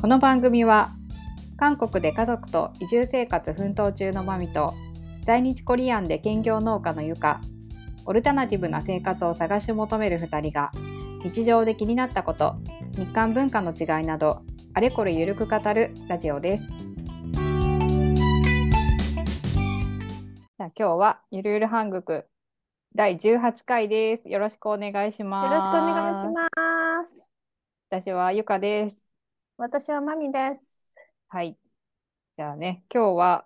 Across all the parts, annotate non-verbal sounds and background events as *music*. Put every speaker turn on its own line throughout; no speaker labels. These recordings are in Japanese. この番組は韓国で家族と移住生活奮闘中のマミと在日コリアンで兼業農家のユカオルタナティブな生活を探し求める2人が日常で気になったこと日韓文化の違いなどあれこれゆるく語るラジオです。じゃあ今日はゆるゆる半額第18回です。よろしくお願いします。
よろしくお願いします。
私はゆかです。
私はまみです。
はい。じゃあね、今日は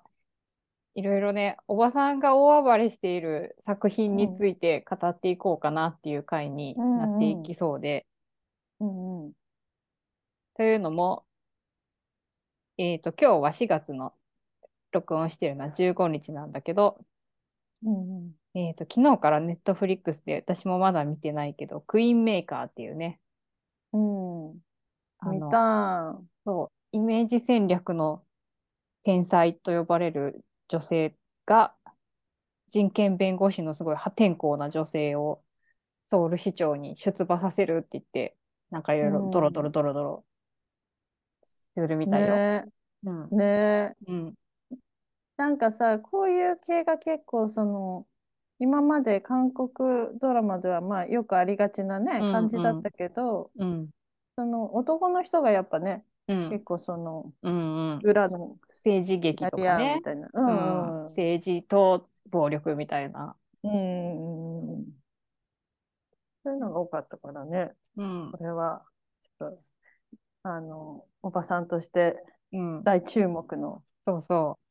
いろいろね、おばさんが大暴れしている作品について語っていこうかなっていう回になっていきそうで、
うんうん。
というのも、えっと、今日は4月の録音してるのは15日なんだけど、
うんうん。
えっと、昨日からネットフリックスで私もまだ見てないけど、クイーンメーカーっていうね、
うん。
あ
見
の、
たい。
そう、イメージ戦略の天才と呼ばれる女性が、人権弁護士のすごい破天荒な女性をソウル市長に出馬させるって言って、なんかいろいろドロドロドロドロするみたいよ。
ね
うん。
ねえ。
うん。
なんかさ、こういう系が結構その、今まで韓国ドラマではまあよくありがちなね、
うんうん
感じだったけど、
うん。
その男の人がやっぱね、
うん。
結構その
うん。うん。
裏の
政治劇
キャ
と
リ
か
ア
ね
み。たいな。
う
うん
ん。政治と暴力みたいな。
うん。うん。そういうのが多かったからね。
うん
こ。れは、ちょっと、あの、おばさんとして
うん。
大注目の。
そうそう。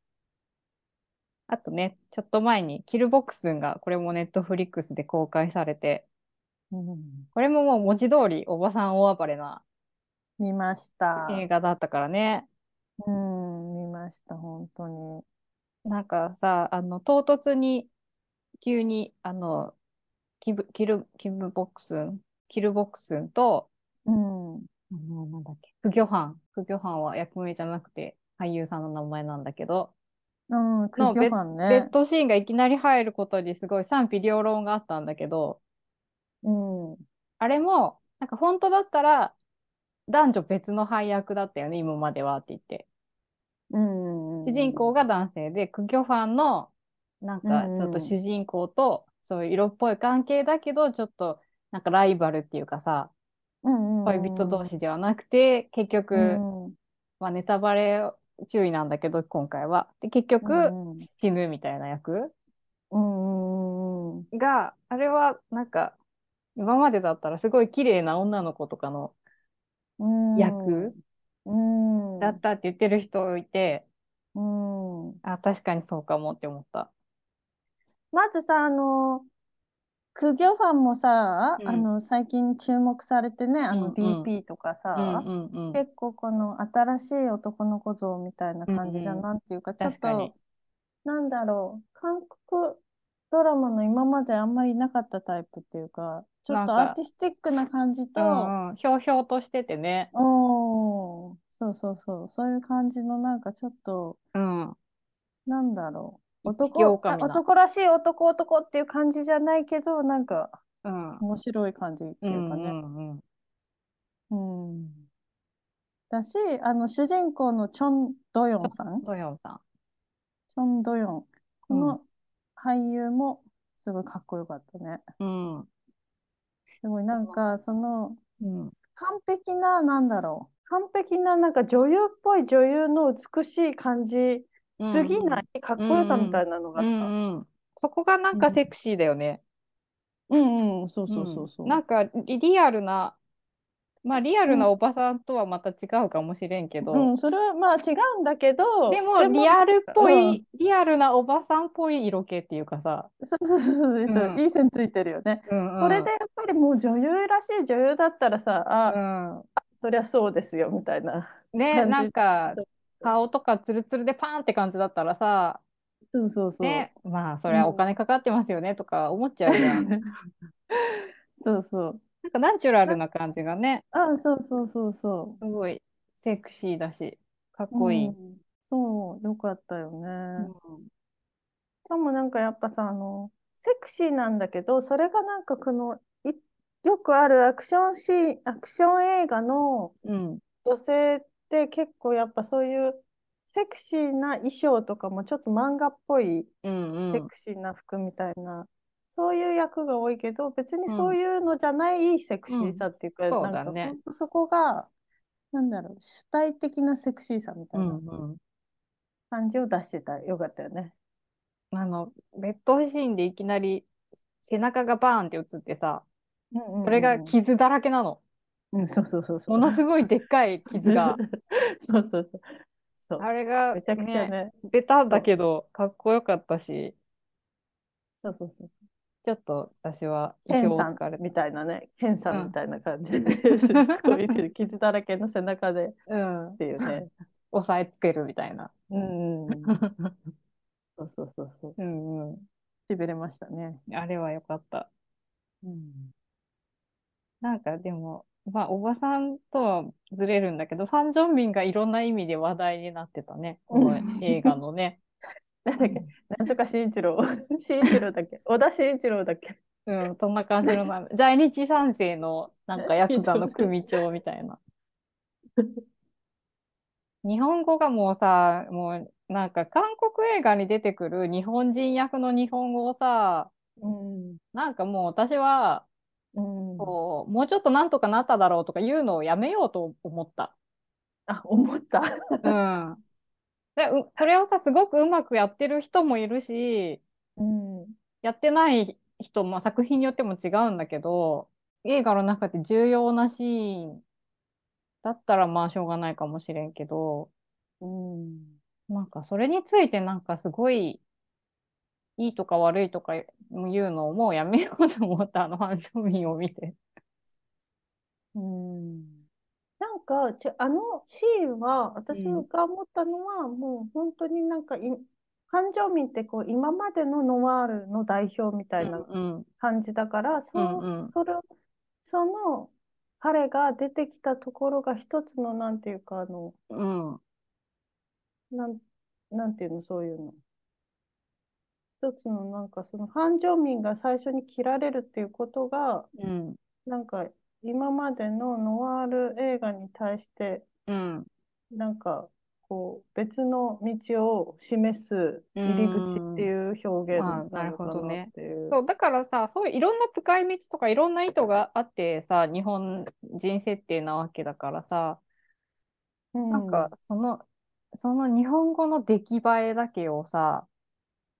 あとね、ちょっと前に、キルボックスンが、これもネットフリックスで公開されて、これももう文字通り、おばさん大暴れな
見ました。
映画だったからね。
うん、見ました、本当に。
なんかさ、あの、唐突に、急に、あの、キブ、キル、キムボックスン、キルボックスンと、
うん。
あの、なんだっけ、クギョハン。クギョハンは役名じゃなくて、俳優さんの名前なんだけど、
うん、ク
の
ギョファン
ベ
ね
ッ。ドシーンがいきなり入ることにすごい賛否両論があったんだけど、
うん。
あれも、なんか本当だったら、男女別の配役だったよね、今まではって言って。
うん。
主人公が男性で、クギョファンの、なんか
うんうん
ちょっと主人公と、そういう色っぽい関係だけど、ちょっと、なんかライバルっていうかさ、
うん、
恋人同士ではなくて、結局、
うん。うん
まあネタバレ注意なんだけど、今回は。で、結局、
うん
死ぬみたいな役
うんうん。
が、あれは、なんか、今までだったらすごい綺麗な女の子とかの
うん。
役
うん。
だったって言ってる人いて、
うん。
あ、確かにそうかもって思った。
まずさ、あの、クギョファンもさ、
うん
あの、最近注目されてね、あの
うんうん
DP とか
う
さ、
んうんうん。
結構この新しい男の子像みたいな感じじゃ、
うんん
なんていうか、ちょっ
確かに
と、。なんだろう、韓国ドラマの今まであんまりなかったタイプっていうか、ちょ
な
っと
んか
アーティスティックな感じ
う
と、
んうん。ひょうひょうとしててね。
おー、そうそうそう、そういう感じのなんかちょっと、
うん。
なんだろう、
一匹
男、あ
狼な
男らしい男男っていう感じじゃないけど、なんか
うん。
面白い感じって
う
いうか
んう
ね。
んうん。
うん。だし、あの、主人公のチョン・ドヨンさん。
ドヨンさ
チョン・ドヨン。こ
うん
の俳優もすごいかっこよかったね。
ん。うん。
すごいなんかその
うん。
完璧な、なんだろう。完璧ななんか女優っぽい女優の美しい感じ
うん
すぎないかっこよさみたいなのが
う
あった。
んうん。そこがなんかセクシーだよね。
うんうん、そう
う
そ
ん
うそうそう。
なんかリリアルな、まあリアルなおばさんとはまた違うかもしれんけど、
うん、それはまあ違うんだけど、
でもリアルっぽ
う
い
ん、
リアルなおばさんっぽい色気っていうかさ。
そうそうそうそう、
うん
いい線ついてるよね。
うんうん
これでやっぱりもう女優らしい女優だったらさ、あ、
うん。
そりゃそうですよみたいな。
ね、
感じ
なんか
そう
顔とかツルツルでパーンって感じだったらさ、
そうそうそう。
ね、まあそれはお金かかってますよねとか思っちゃうじゃ
*laughs*
ん。
そうそう。
なんかナチュラルな感じがね、
あ、そうそうそうそ
すごいセクシーだし、かっ
う。
こいい。
うんそう、よかったよね。しかもなんかやっぱさ、あの、セクシーなんだけど、それがなんかこの、いよくあるアクションシーン、アクション映画の
うん、
女性って結構やっぱそういうセクシーな衣装とかもちょっと漫画っぽい
うんう
セ
ん
クシーな服みたいな、そういう役が多いけど別にそういうのじゃないセクシーさっていうか、
うんそう
なん
だ
か
ね
ほんとそこがなんだろう主体的なセクシーさみた
う
い
ん
な
うん
感じを出してた、よかったよね。
あのベッドシーンでいきなり背中がバーンって映ってさそれが
き、
傷だらけなの、
うん、そうそうそうそ
も
う。
のすごいでっかい傷
*laughs*
が
そうそうそう。そう
あれが、
めちゃくちゃね。
ベタだけどかっこよかったし
そうそうそう。
ちょっと私は
ケ
意
ン
表を
さ
つ
ん
かれた
みたいなね、ケンさ
うん
んみたいな感じで、すっごい見てる傷だらけの背中でっ
うん
ていう
*laughs*
ね。
押さえつけるみたいな
うんうんうん。そうそうそうそう。
*laughs* うんう
しびれましたね。
んあれはよかった
うん。
なんかでも、まあ、おばさんとはずれるんだけど、ファン・ジョンミンがいろんな意味で話題になってたね、この映画の
*laughs*
ね。
なんだっけ、なんとか慎一郎、 *laughs* 慎一郎だっけ、小田慎一郎だっけ。
うん、そんな感じの名前。在日三世のなんかヤクザの組長みたいな。日本語がもうさ、もうなんか韓国映画に出てくる日本人役の日本語をさ、
うん。
なんかもう私は、
うん、
こう、もうちょっとなんとかなっただろうとか言うのをやめようと思った。
あ、思った。
うん。で、う、それをさ、すごくうまくやってる人もいるし、
うん。
やってない人も作品によっても違うんだけど、映画の中で重要なシーンだったらまあしょうがないかもしれんけど、
うん。
なんかそれについてなんかすごいいいとか悪いとか言うのをもうやめようと思ったあのファン・ジョンミンを見て。
うんなんかちょあのシーンは私
うん
が思ったのは、もう本当になんかい感情民ってこう今までのノワールの代表みたいな
うん
感じだから、そ
うんうん
それその彼が出てきたところが一つのなんていうかあの
うん。うん。
なん、なんていうのそういうの。一つのなんかその感情民が最初に切られるっていうことが
うん。
なんか今までのノワール映画に対して
うん。
なんかこう別の道を示す入り口っていう表現
うん
なのかなっていう。
そう、だからさ、そういろんな使い道とかいろんな意図があってさ、日本人設定なわけだからさ、
うん
なんかその、その日本語の出来栄えだけをさ、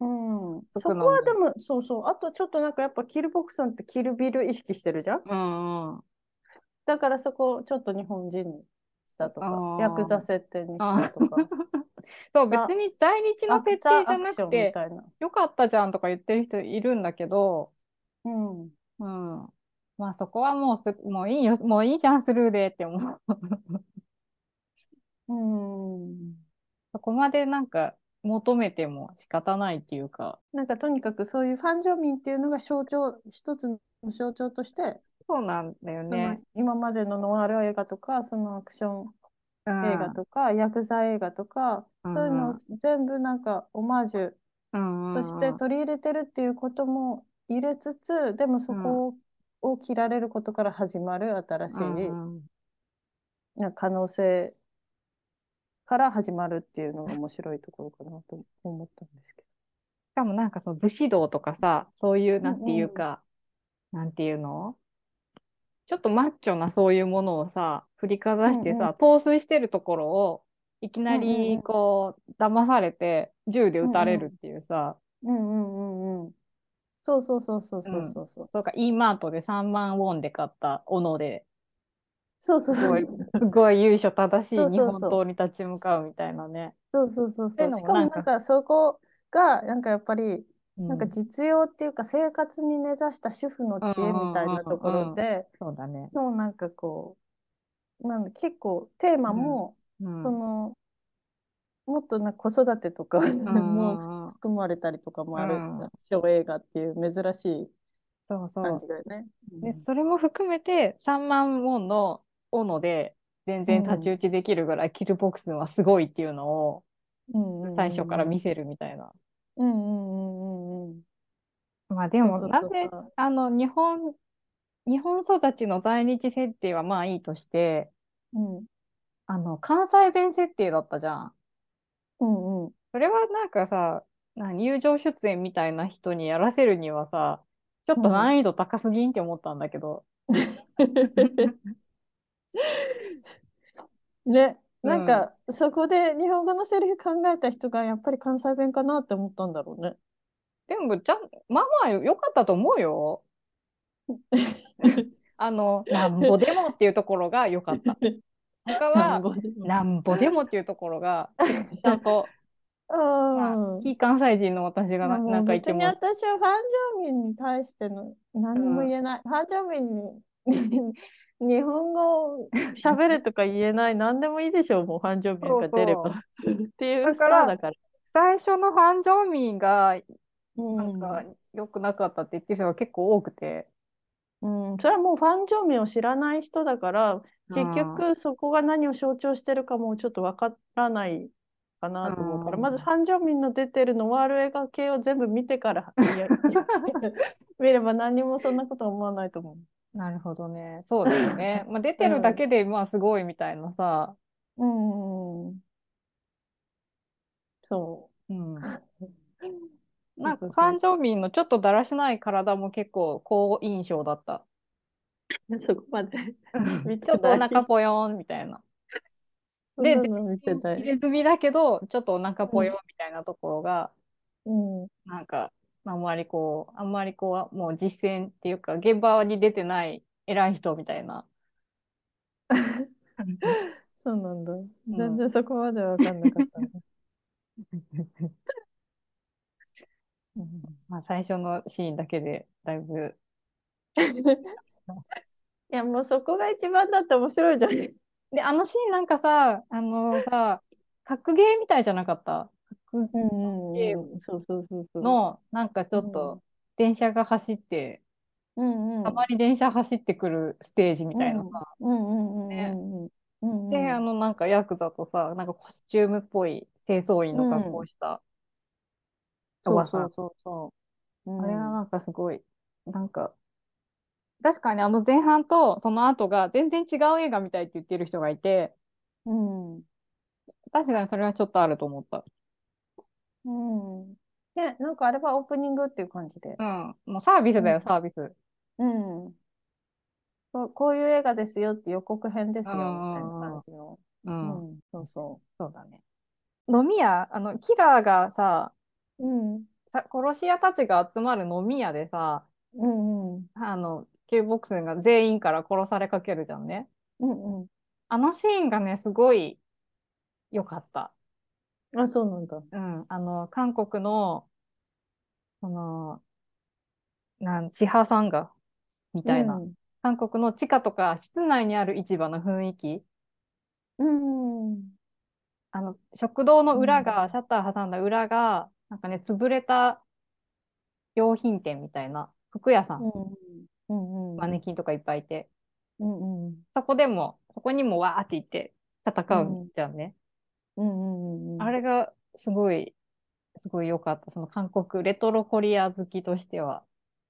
うん、
そ
そ
こ
こ
なんだ
はでもそうそうあとちょっとなんかやっぱキルボクさんってキルビル意識してるじゃん
うんうん、
だからそこをちょっと日本人にしたと
あ
か
ー
ヤクザ設定にしたとか
*laughs* そう、別に在日の設定じゃな
アクザアクショ
く
ンみ
て、
たいな、
よかったじゃんとか言ってる人いるんだけど、
うん、
うん。まあそこはもうす、もういいよ、もういいじゃん、スルーでって思う。 *laughs*
うん
そこまでなんか求めても仕方ないっていうか、
なんかとにかくそういうファン・ジョミンっていうのが象徴一つの象徴として
そうなんだよ
その
ね。
今までのノワール映画とかそのアクション
うん
映画とか、ヤクザ映画とか、
うんうん
そういうのを全部なんかオマージュ
うんうん
として取り入れてるっていうことも入れつつ、でもそこを切られることから始まる新しい、
うんうん
なんか可能性から始まるっていうのが面白いところかなと思ったんですけ
しかもなんかその武士道とかさ、そういう、
ん
なんていうか、なんていうのちょっとマッチョなそういうものをさ、振りかざして
うんう
さ、陶酔してるところを、いきな
うんうんう
り
ん
こう、騙されて、銃で撃たれるっていうさ、
ど。うんうんうんうん。そうそうそうそうそうそうそう。
そうか、E マートで3万ウォンで買った斧で、
そうそう
す
そ
ご
う
い。、すごい由緒正しい
そう
日
そうそう
本刀に立ち向かうみたいなね。
そうそうそう
そうい
そうう。
の
し
も
かも
な
なん
か
んかそこがなんかやっぱり
うん
なんか実用っていうか生活に根ざした主婦の知恵みたいなところで、
そうだね。
のなんかこう、なんだ結構テーマも、
うん。
その、もっとなんか子育てとかも
も
含まれたりとかもあ
う
る
ん、
小映画っていう珍しい
そうそう
感。じだよね。
で、それも含めて3万ウォンの斧で全然太刀打ちできるぐらいキルボックスはすごいっていうのを
うんうん
最初から見せるみたいな。
うんうんうんうんうん。
まあでも
そう
な
そうんそう
で
そう
あの日本日本育ちの在日設定はまあいいとして
うん
あの、関西弁設定だったじゃん。
うんうん。
それはなんかさ、何、友情出演みたいな人にやらせるにはさ、ちょっと難易度高すぎんって思ったんだけど。
ね、
うん
なん *laughs* か、そこで日本語のセリフ考えた人がやっぱり関西弁かなって思ったんだろうね。
でも、じゃん、まあまあ良かったと思う *laughs* よ。あの、なんぼでもっていうところが良かった。他は、なんぼでもっていうところが、ちゃんと、ま
う
あ
ん。
非関西人の私がな
もう
なんか言っ
別
て
に
も、
私はファン・ジョンミンに対しての何にも言えない。ファン・ジョンミンに日本語を喋れとか言えない。何でもいいでしょう、もうファン・ジョンミンが出れば。
そう
っていう
だ
ス
か
タ
ら
ーだから。
最初のファン・ジョンミンが、
う
なん
ん
か、良くなかったって言ってる人が結構多くて。
うん、それはもうファン・ジョンミンを知らない人だから、結局そこが何を象徴してるかもちょっとわからないかなと思うから、
うん
まずファン・ジョンミンの出てるノワール映画系を全部見
*laughs*
てからいや見れば何もそんなこと思わないと思
なるほどね。そうだよ *laughs* ね。まあ、出てるだけで、まあ、すごいみたいなさ。
う。うん。そ *laughs*
うん。
う。
なんか、
そうそうそう
ファン・ジョンミンのちょっとだらしない体も結構、好印象だった。
そこまで見
*laughs* ちょ
て
っと
な
お
い。
腹ぽよんみたいな。
そん
で
なの見てな
入
い。
れ墨だけど、ちょっとお腹ぽよんみたいなところが、
うん。
なんか、あんまりこう、あんまりこう、もう実践っていうか、現場に出てない偉い人みたい
*laughs*
な。
そうなんだ。全然そこまでは分かんな
*laughs*
かったね。
うんまあ、最初のシーンだけで、だいぶ。
いや、もうそこが一番だって面白いじゃん。
で、あのシーンなんかさ、あのさ、格ゲーみたいじゃなかった格
うん
ゲー
うんうん、そうそうそうそう。
の、なんかちょっと、電車が走って、
うんうん、
たまに電車走ってくるステージみたいなさ。
うんうんうんうん
ね
うんうん。
で、あの、なんかヤクザとさ、なんかコスチュームっぽい清掃員の格好をしたお
そう
ばさ
そ
ん
う。そうそう。
あれはなんかすごい、なんか、確かにあの前半とその後が全然違う映画みたいって言ってる人がいて、
うん。うん
確かにそれはちょっとあると思った。
うん。で、なんかあれはオープニングっていう感じで。
うん。もうサービスだよ、サービス。
うん。こうこういう映画ですよって予告編ですよみたいな感じの。
う。
うんん、そうそ
そうだね。飲み屋、あの、キラーがさ、
う。うん。
さ殺し屋たちが集まる飲み屋でさ、
うんうん。
あの、キルボックスが全員から殺されかけるじゃんね。
うん
あのシーンがね、すごい良かった。
うん。あ、そうなんだ。
うん、あの、韓国の、その、なん、地ハさんが、みたいな、
うん
韓国の地下とか室内にある市場の雰囲気、
うん。
あの、食堂の裏が、シャッター挟んだ裏が、なんかね、潰れた洋品店みたいな、服屋さん、
うんうん。うん
マネキンとかいっぱいいて、
うんうん。
そこでも、そこにもわーって行って戦うんじゃんね。
うんうんうん。
あれがすごい、すごい良かった。その韓国、レトロコリア好きとしては。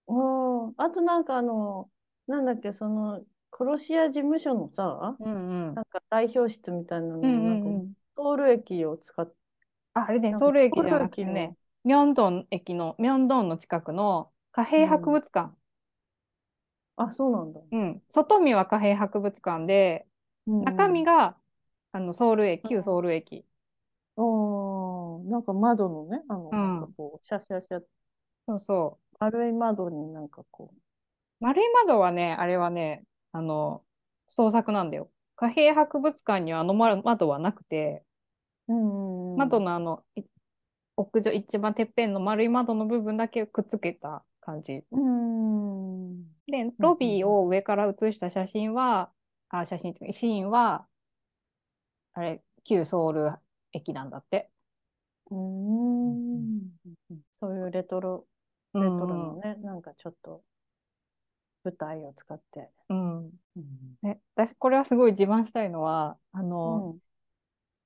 おーあとなんかあの、なんだっけ、その、殺し屋事務所のさ、
うんうん
なんか代表室みたいなの
う
も、
んう
なん
んう
か
ん。
ソウル駅を使って、
あ、あれね、
なんか
ソウル駅じゃなく
ソ
て
ウル駅
ね
の、
ミョンドン駅の、ミョンドンの近くの貨幣博物館。
あ、そうなんだ。
うん。外見は貨幣博物館で、
うん
中身が、あの、ソウル駅、
うん
旧ソウル駅。
おーなんか窓のね、あの、
うん
なんかこう、シャシャシャ、
そうそ
丸い窓になんかこ
う。丸い窓はね、あれはね、あの、創作なんだよ。貨幣博物館にはあの窓窓はなくて、
う、うんうんうん
窓のあの、い屋上一番てっぺんの丸い窓の部分だけくっつけた感じ。
うん。
で、ロビーを上から写した写真は、あ、写真というか、シーンは、あれ、旧ソウル駅なんだって。
うん。そういうレトロ、レトロのね、なんかちょっと、舞台を使って。
うんうん
うん
ね、私、これはすごい自慢したいのは、あの、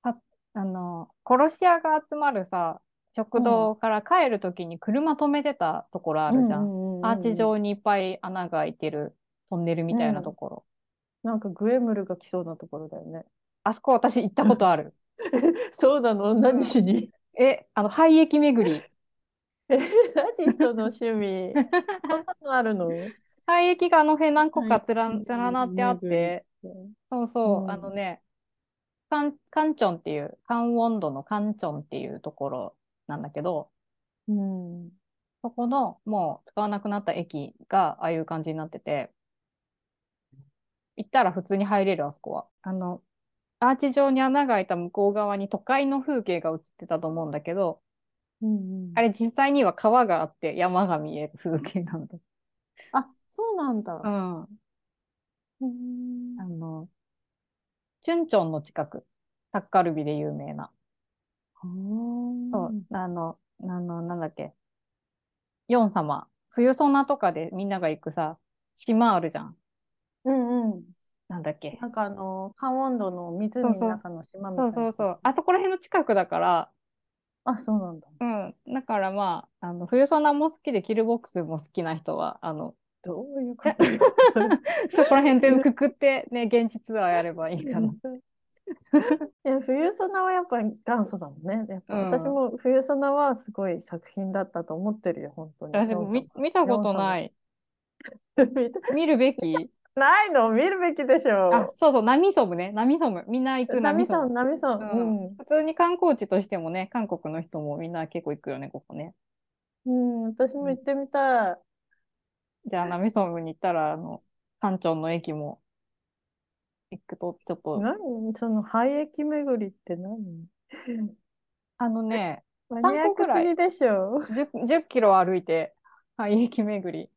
さ、あの、殺し屋が集まるさ、食堂から帰るときに車止めてたところあるじゃん。アーチ状にいっぱい穴が開いてる、トンネルみたいなところ。 *laughs*
なんかグエムルが来そうなところだよね。
あそこ私行ったことある。
そうなの何しに、
え、あの、廃駅巡 *laughs* り。
*laughs* え何その
*laughs*
趣味そんなのあるの
廃駅があの辺何個かつら
廃
ん
駅
連なってあって、そうそう、
うん
あのね、カン、カンチョンっていう、カンウォンドのカンチョンっていうところなんだけど、
うん
そこのもう使わなくなった駅がああいう感じになってて、行ったら普通に入れる、あそこは。あの、アーチ状に穴が開いた向こう側に都会の風景が映ってたと思うんだけど、
うん
あれ実際には川があって山が見える風景なんだ。
あそうなんだ
う、ん。
うん
あの、チュンチョンの近く、タッカルビで有名な。そう、あの、あの、なんだっけ。ヨン様。冬ソナとかでみんなが行くさ、島あるじゃん。
うんうん
なんだっけ。
なんかあのカンウォンドの湖の中の島みた
そ
いうな
そうそう。あそこら辺の近くだから、
あそうなんだ
うん。だからまあ、あの、冬ソナも好きで、キルボックスも好きな人は、あ *laughs* の、
どういうこと
そこら辺全部くくってね、現地ツアーやればいいかな。
いや冬ソナはやっぱり元祖だもんね。やっぱ
うん
私も冬ソナはすごい作品だったと思ってるよ、本当に。
私も見見たことない。
ヨ
*laughs*
ン様見て
見るべき
ないの見るべきでし
あ
ょ、。
そうそう、ナミソムね。ナミソム。みんな行くナ
ナ
ミ
ミ
ソ
ソ
ム。
ン、ナミソン。
普通に観光地としてもね、韓国の人もみんな結構行くよね、ここね。
うん、うん、私も行ってみたい。
じゃあ、ナミソムに行ったら、あの、カンチョンの駅も行くと、ちょっと、
何その廃駅巡りって何
あのね、
マニアックすぎでしょ
10, 10キロ歩いて、はい、駅巡り。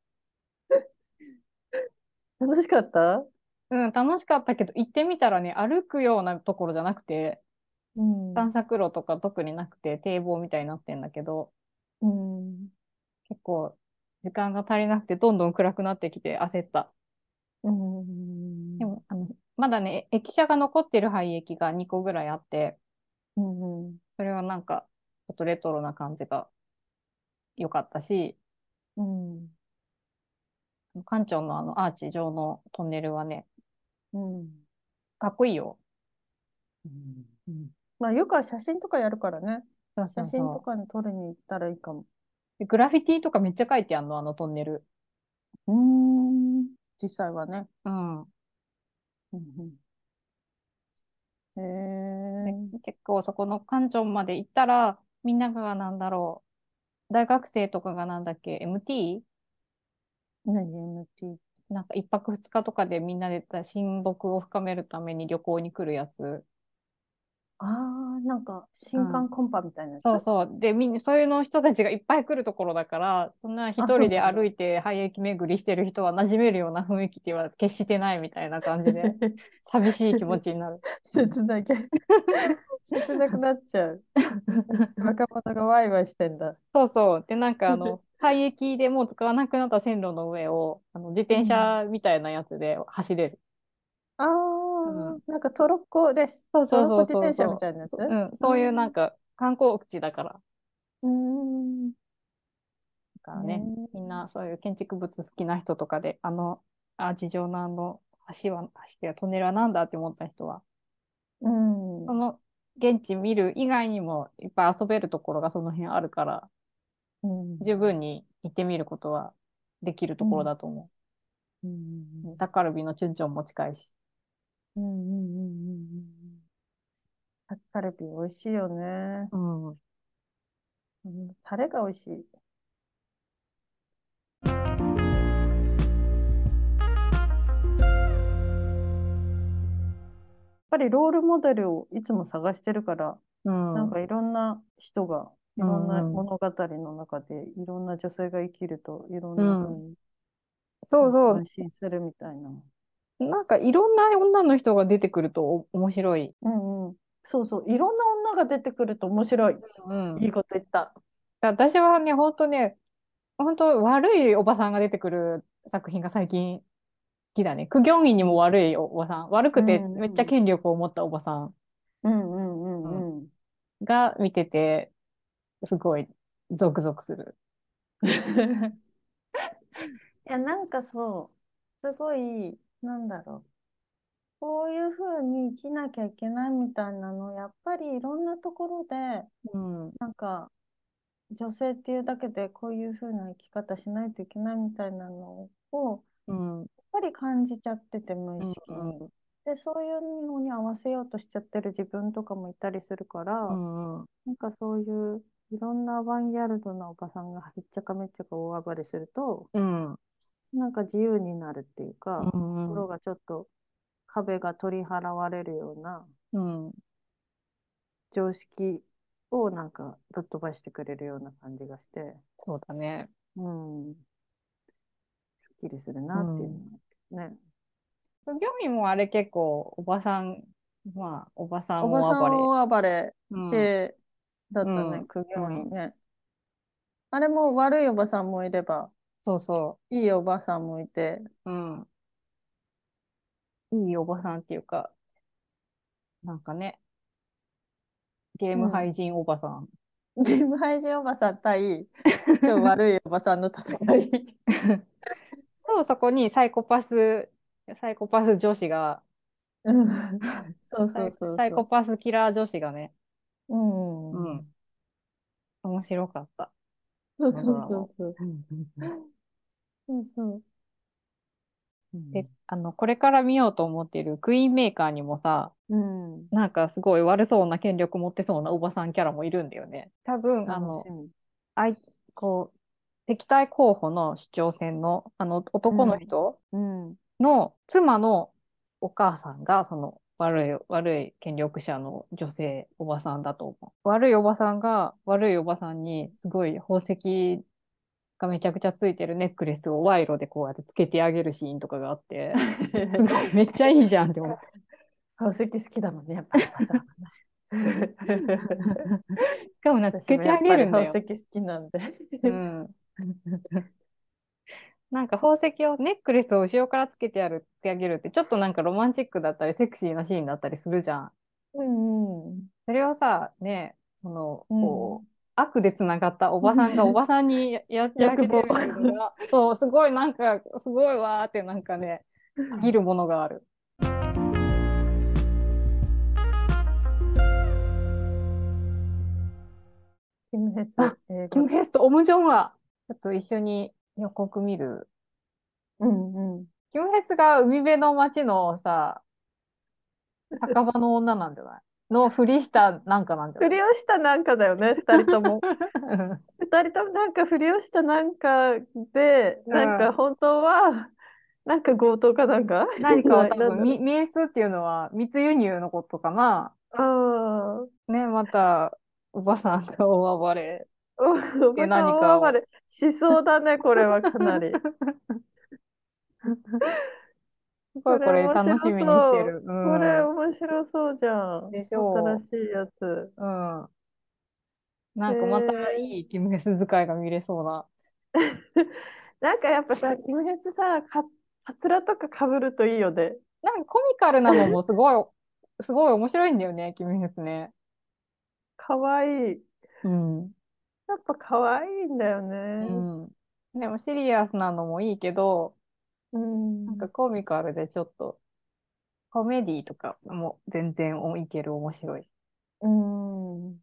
楽しかった
うん、楽しかったけど、行ってみたらね、歩くようなところじゃなくて、
うん。
散策路とか特になくて、堤防みたいになってんだけど、
うん。
結構、時間が足りなくて、どんどん暗くなってきて焦った。
うん。
でも、あの、まだね、駅舎が残ってる廃駅が2個ぐらいあって、
うんうん。
それはなんか、ちょっとレトロな感じが良かったし、
うん。
館長のあのアーチ状のトンネルはね、
うん。
かっこいいよ。
まあ、よくは写真とかやるからね。
そうそ
写
う
真と
そ
かに撮りに行ったらいいかも。
う。グラフィティとかめっちゃ書いてあんの、あのトンネル。
うん。実際はね。
うん。
へえ
で結構そこの館長まで行ったら、みんながなんだろう、大学生とかがなんだっけ、MT?
何 MT?
なんか一泊二日とかでみんなで親睦を深めるために旅行に来るやつ。
ああ、なんか新刊コンパみたいなやつ。
そうそう。で、みんな、そういうの人たちがいっぱい来るところだから、そんな一
そうな
人
ん
で
だ
歩いて廃駅巡りしてる人は馴染めるような雰囲気では決してないみたいな感じ *laughs* で、寂しい気持ちになる。
*laughs* 切
*laughs*
なきゃ。切なくなっちゃう。若者がワイワイしてんだ。
そうそう。で、なんかあ *laughs* の、廃駅でもう使わなくなった線路の上を、あの自転車みたいなやつで走れる。
ああ、
ん
なんかトロッコです。
そう
ト
そう
ロ
そう
ッコ自転車み
い
たいなやつ。
な。うん、そういうなんか観光地だから。
うーん。
だからね、
ね
みんなそういう建築物好きな人とかで、あの、アーチ状のあの橋は、橋っていうかトンネルはなんだって思った人は、
うん。
その現地見る以外にもいっぱい遊べるところがその辺あるから、
うん。
十分に行ってみることはできるところだと思
うん
う。タッカルビのチュンチョンも近いし。
うんうんうんうんうん。タッカルビ美味しいよね。
うん。
うんタレが美味しい。やっぱりロールモデルをいつも探してるから、
うん。
なんかいろんな人が、いろんな物語の中で、いろんな女性が生きると、いろんな風に
そうそう
安。心するみたいな。
なんかいろんな女の人が出てくるとお面白い。
うんうん。そうそう。いろんな女が出てくると面白い。
うん
いいこと言った。
私はね、本当ね、本当悪いおばさんが出てくる作品が最近好きだね。クギョンイにも悪いおばさん、悪くて
うんうん
めっちゃ権力を持ったおばさん
うんうんうんうん。
が見てて、すごいゾクゾクする。
*laughs* いや、なんかそう、すごい、なんだろこういう風に生きなきゃいけないみたいなの、やっぱりいろんなところで、
うん、
なんか、女性っていうだけでこういう風な生き方しないといけないみたいなのを、
うん、
やっぱり感じちゃってて、無意識に。
うん、
で、そういうのに合わせようとしちゃってる自分とかもいたりするから、
うん、
なんかそういういろんなアバンギャルドなおばさんがひっちゃかめっちゃか大暴れすると、
うん、
なんか自由になるっていうか、
うん、
心がちょっと壁が取り払われるような
うん、
常識をなんかぶっ飛ばしてくれるような感じがして、
そうだね。
うん、すっきりするなっていうのはね。
ギョミもあれ結構おばさん、まあおばさん
おばさん
を
大暴れ
暴れ。
系だった
う
ね
ん、
苦行員ね。あれも悪いおばさんもいれば、
そうそ
いいおばさんもいて、
う。うん。いいおばさんっていうか、なんかね、ゲーム廃人おばさん。
ゲーム配信おばさん *laughs* 対超悪いおばさんの戦い。
そう、そこにサイコパス、サイコパス女子が、
うん *laughs* そう
サ
そ
イ
うそうそう。
サイコパスキラー女子がね、
うん
う。ん。面白かった。
そうそうそうそう。そうそう。
で、あの、これから見ようと思っているクイーンメーカーにもさ、
うん。
なんかすごい悪そうな権力持ってそうなおばさんキャラもいるんだよね。多分、あの
楽し、み。
あい、こう、敵対候補の市長選の、あの、男の人
うん。
の妻のお母さんが、その、悪い、悪い権力者の女性、おばさんだと思う。悪いおばさんが、悪いおばさんに、すごい宝石がめちゃくちゃついてるネックレスを賄賂でこうやってつけてあげるシーンとかがあ
*laughs*
って、すごいめっちゃいいじゃんって思う。
宝石好きだもんね、やっぱ *laughs* りおばさん。
しかもなんかつ
私
け
も
て
や
あ
っ
げ
ぱり
るんだ
宝
よ。
石好きなんで。
うん、なんか宝石をネックレスを後ろからつけてやるってあげるってちょっとなんかロマンチックだったりセクシーなシーンだったりするじゃん。
うんうん。
それをさねその
うん
こう、悪でつながったおばさんがおばさんにや
*laughs*
やってあげてるっていうのが *laughs* そうすごいなんかすごいわーってなんかね見るものがある。
キムヘス
あ
映
キム・
画。
ヘスとオム・ジョンはちょっと一緒に予告見る。
うんうん。
キムヘスが海辺の町のさ、酒場の女なんじゃない
*laughs*
のふりしたなんかなんじゃな
不
い
良したなんかだよね、二人と *laughs* も。
うん
二人ともなんか不良したなんかで、
うん
なんか本当は、なんか強盗かなんか
*laughs* 何かを多
*laughs* なんだろ
分、
う
みミエスっていうのは密輸入のことかな。
ああ。
ね、また、おばさんが大暴れ。
おばさん
何かを
大暴れしそうだ
*laughs*
ね、これはかなり。
すごいこれ楽しみにしてる。う
これ
ん。
面白そうじゃん。
でしょう
新しいやつ。
うん。なんかまたいいキムヘス使いが見れそうな。
なんかやっぱさ、キムヘスさ、か、カツラとかかぶるといいよね。
なんかコミカルなのもすごい、 *laughs* すごい面白いんだよね、キムヘスね。
かわいい。
うん。
やっぱかわいいんだよね。
うん、でもシリアスなのもいいけど、
うん。
なんかコミカルでちょっと、コメディとかも全然おいける面白い。
うん。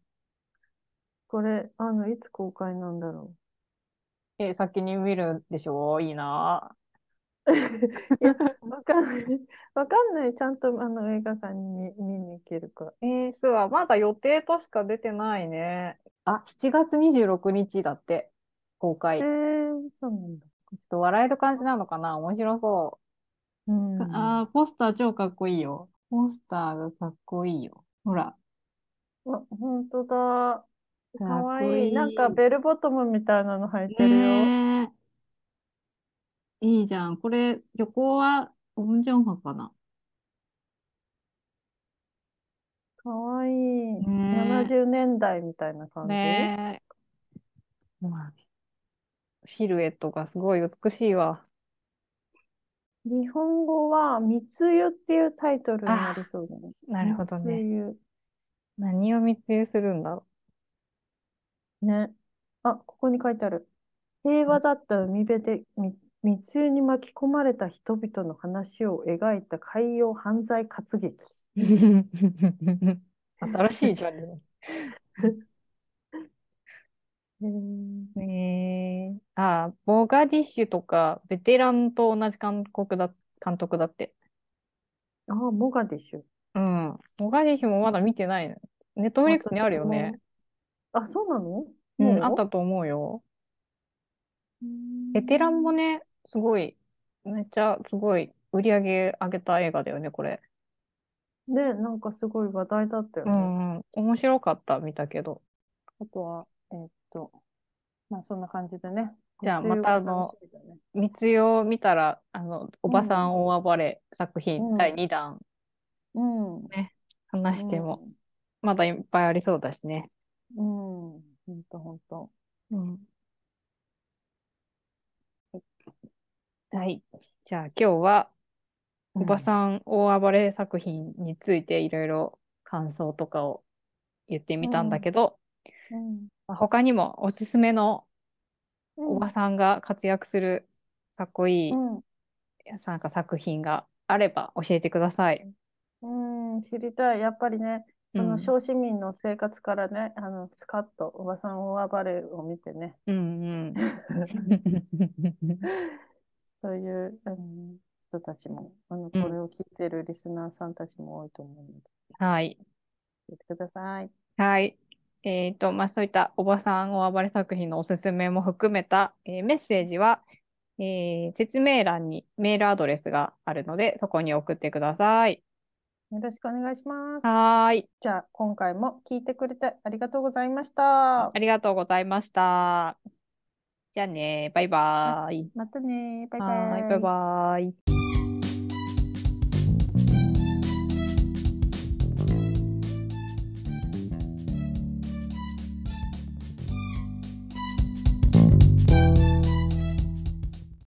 これ、あの、いつ公開なんだろ
え、先に見るんでしょいいな
う。わかんない。 *laughs* わかんない。ちゃんとあの映画館に見、見に行けるか。
ぁ。えー、そうはまだ予定としか出てないね。あ、7月26日だって、公開。
ええ
ちょ
そうなんだ。
っと笑える感じなのかな面白そうう。
ん。
あー、ポスター超かっこいいよ。ポスターがかっこいいよ。ほら。
あ、本当だ。か
かっ
わ
こ
いい。なんか
いい
ベルボトムみたいなの履いてるよ。
ねえいいじゃん。これ、旅行はオムジョン派かな。
かわいい。
ね
70年代みたいな感じ。
ねえまあシルエットがすごい美しいわ。
日本語は密輸っていうタイトルになりそうだね。
なるほどね。
密輸。
何を密輸するんだろ
ね。あ、ここに書いてある。平和だった海辺でみ密輸に巻き込まれた人々の話を描いた海洋犯罪活劇。
*laughs* 新しいジャンルだねえ。ああ、ボガディッシュとか、ベテランと同じ韓国だ、監督だって。
ああ、モガディッシュ。
うん。ボガディッシュもまだ見てないの。ネットフリックスにあるよね。
あ、そうなの
うん、
も
あったと思うよ。
うん
ベテランもね、すごい、めっちゃすごい売り上げ上げた映画だよね、これ。
ね、なんかすごい話題だったよ
う
ね。
んうん、面白かった、見たけど。
あとは、えーっと、まあそんな感じでね。
じゃあ
活用
またあ
が
の
楽しみだね
密輸を見たら、あの、おばさん大暴れ作
う
品
ん
第2弾
うん。
話しても、まだいっぱいありそうだしね。
うん。うん。ほんとほんと。
うん。はい。じゃあ今日は、おば
ん。
さん大暴れ作品についていろいろ感想とかを言ってみたんだけど、
うん。
まあ他にもおすすめのおば
さ
さんが活躍するかっこいい
うん。
なんか作品があれば教えてください。
うん、知りたい。やっぱりね、あ
う
の
ん
小市民の生活からね、あのスカッとおばさん大暴れを見てね、
*laughs* うんうん。
そういう、うん、人たちも、あのこ
うん
れを聞いてるリスナーさんたちも多いと思うので、
*laughs* はい。
聞いてください。
はい。えっと、まあ、そういったおばさんお暴れ作品のおすすめも含めた、えーメッセージは、えー説明欄にメールアドレスがあるので、そこに送ってください。
よろしくお願いします。
はーい。
じゃあ、今回も聞いてくれてありがとうございました。
ありがとうございました。じゃあね、バイバーイ。
またね。バイ
は
バ
ーい、
イ。
バイバーイ。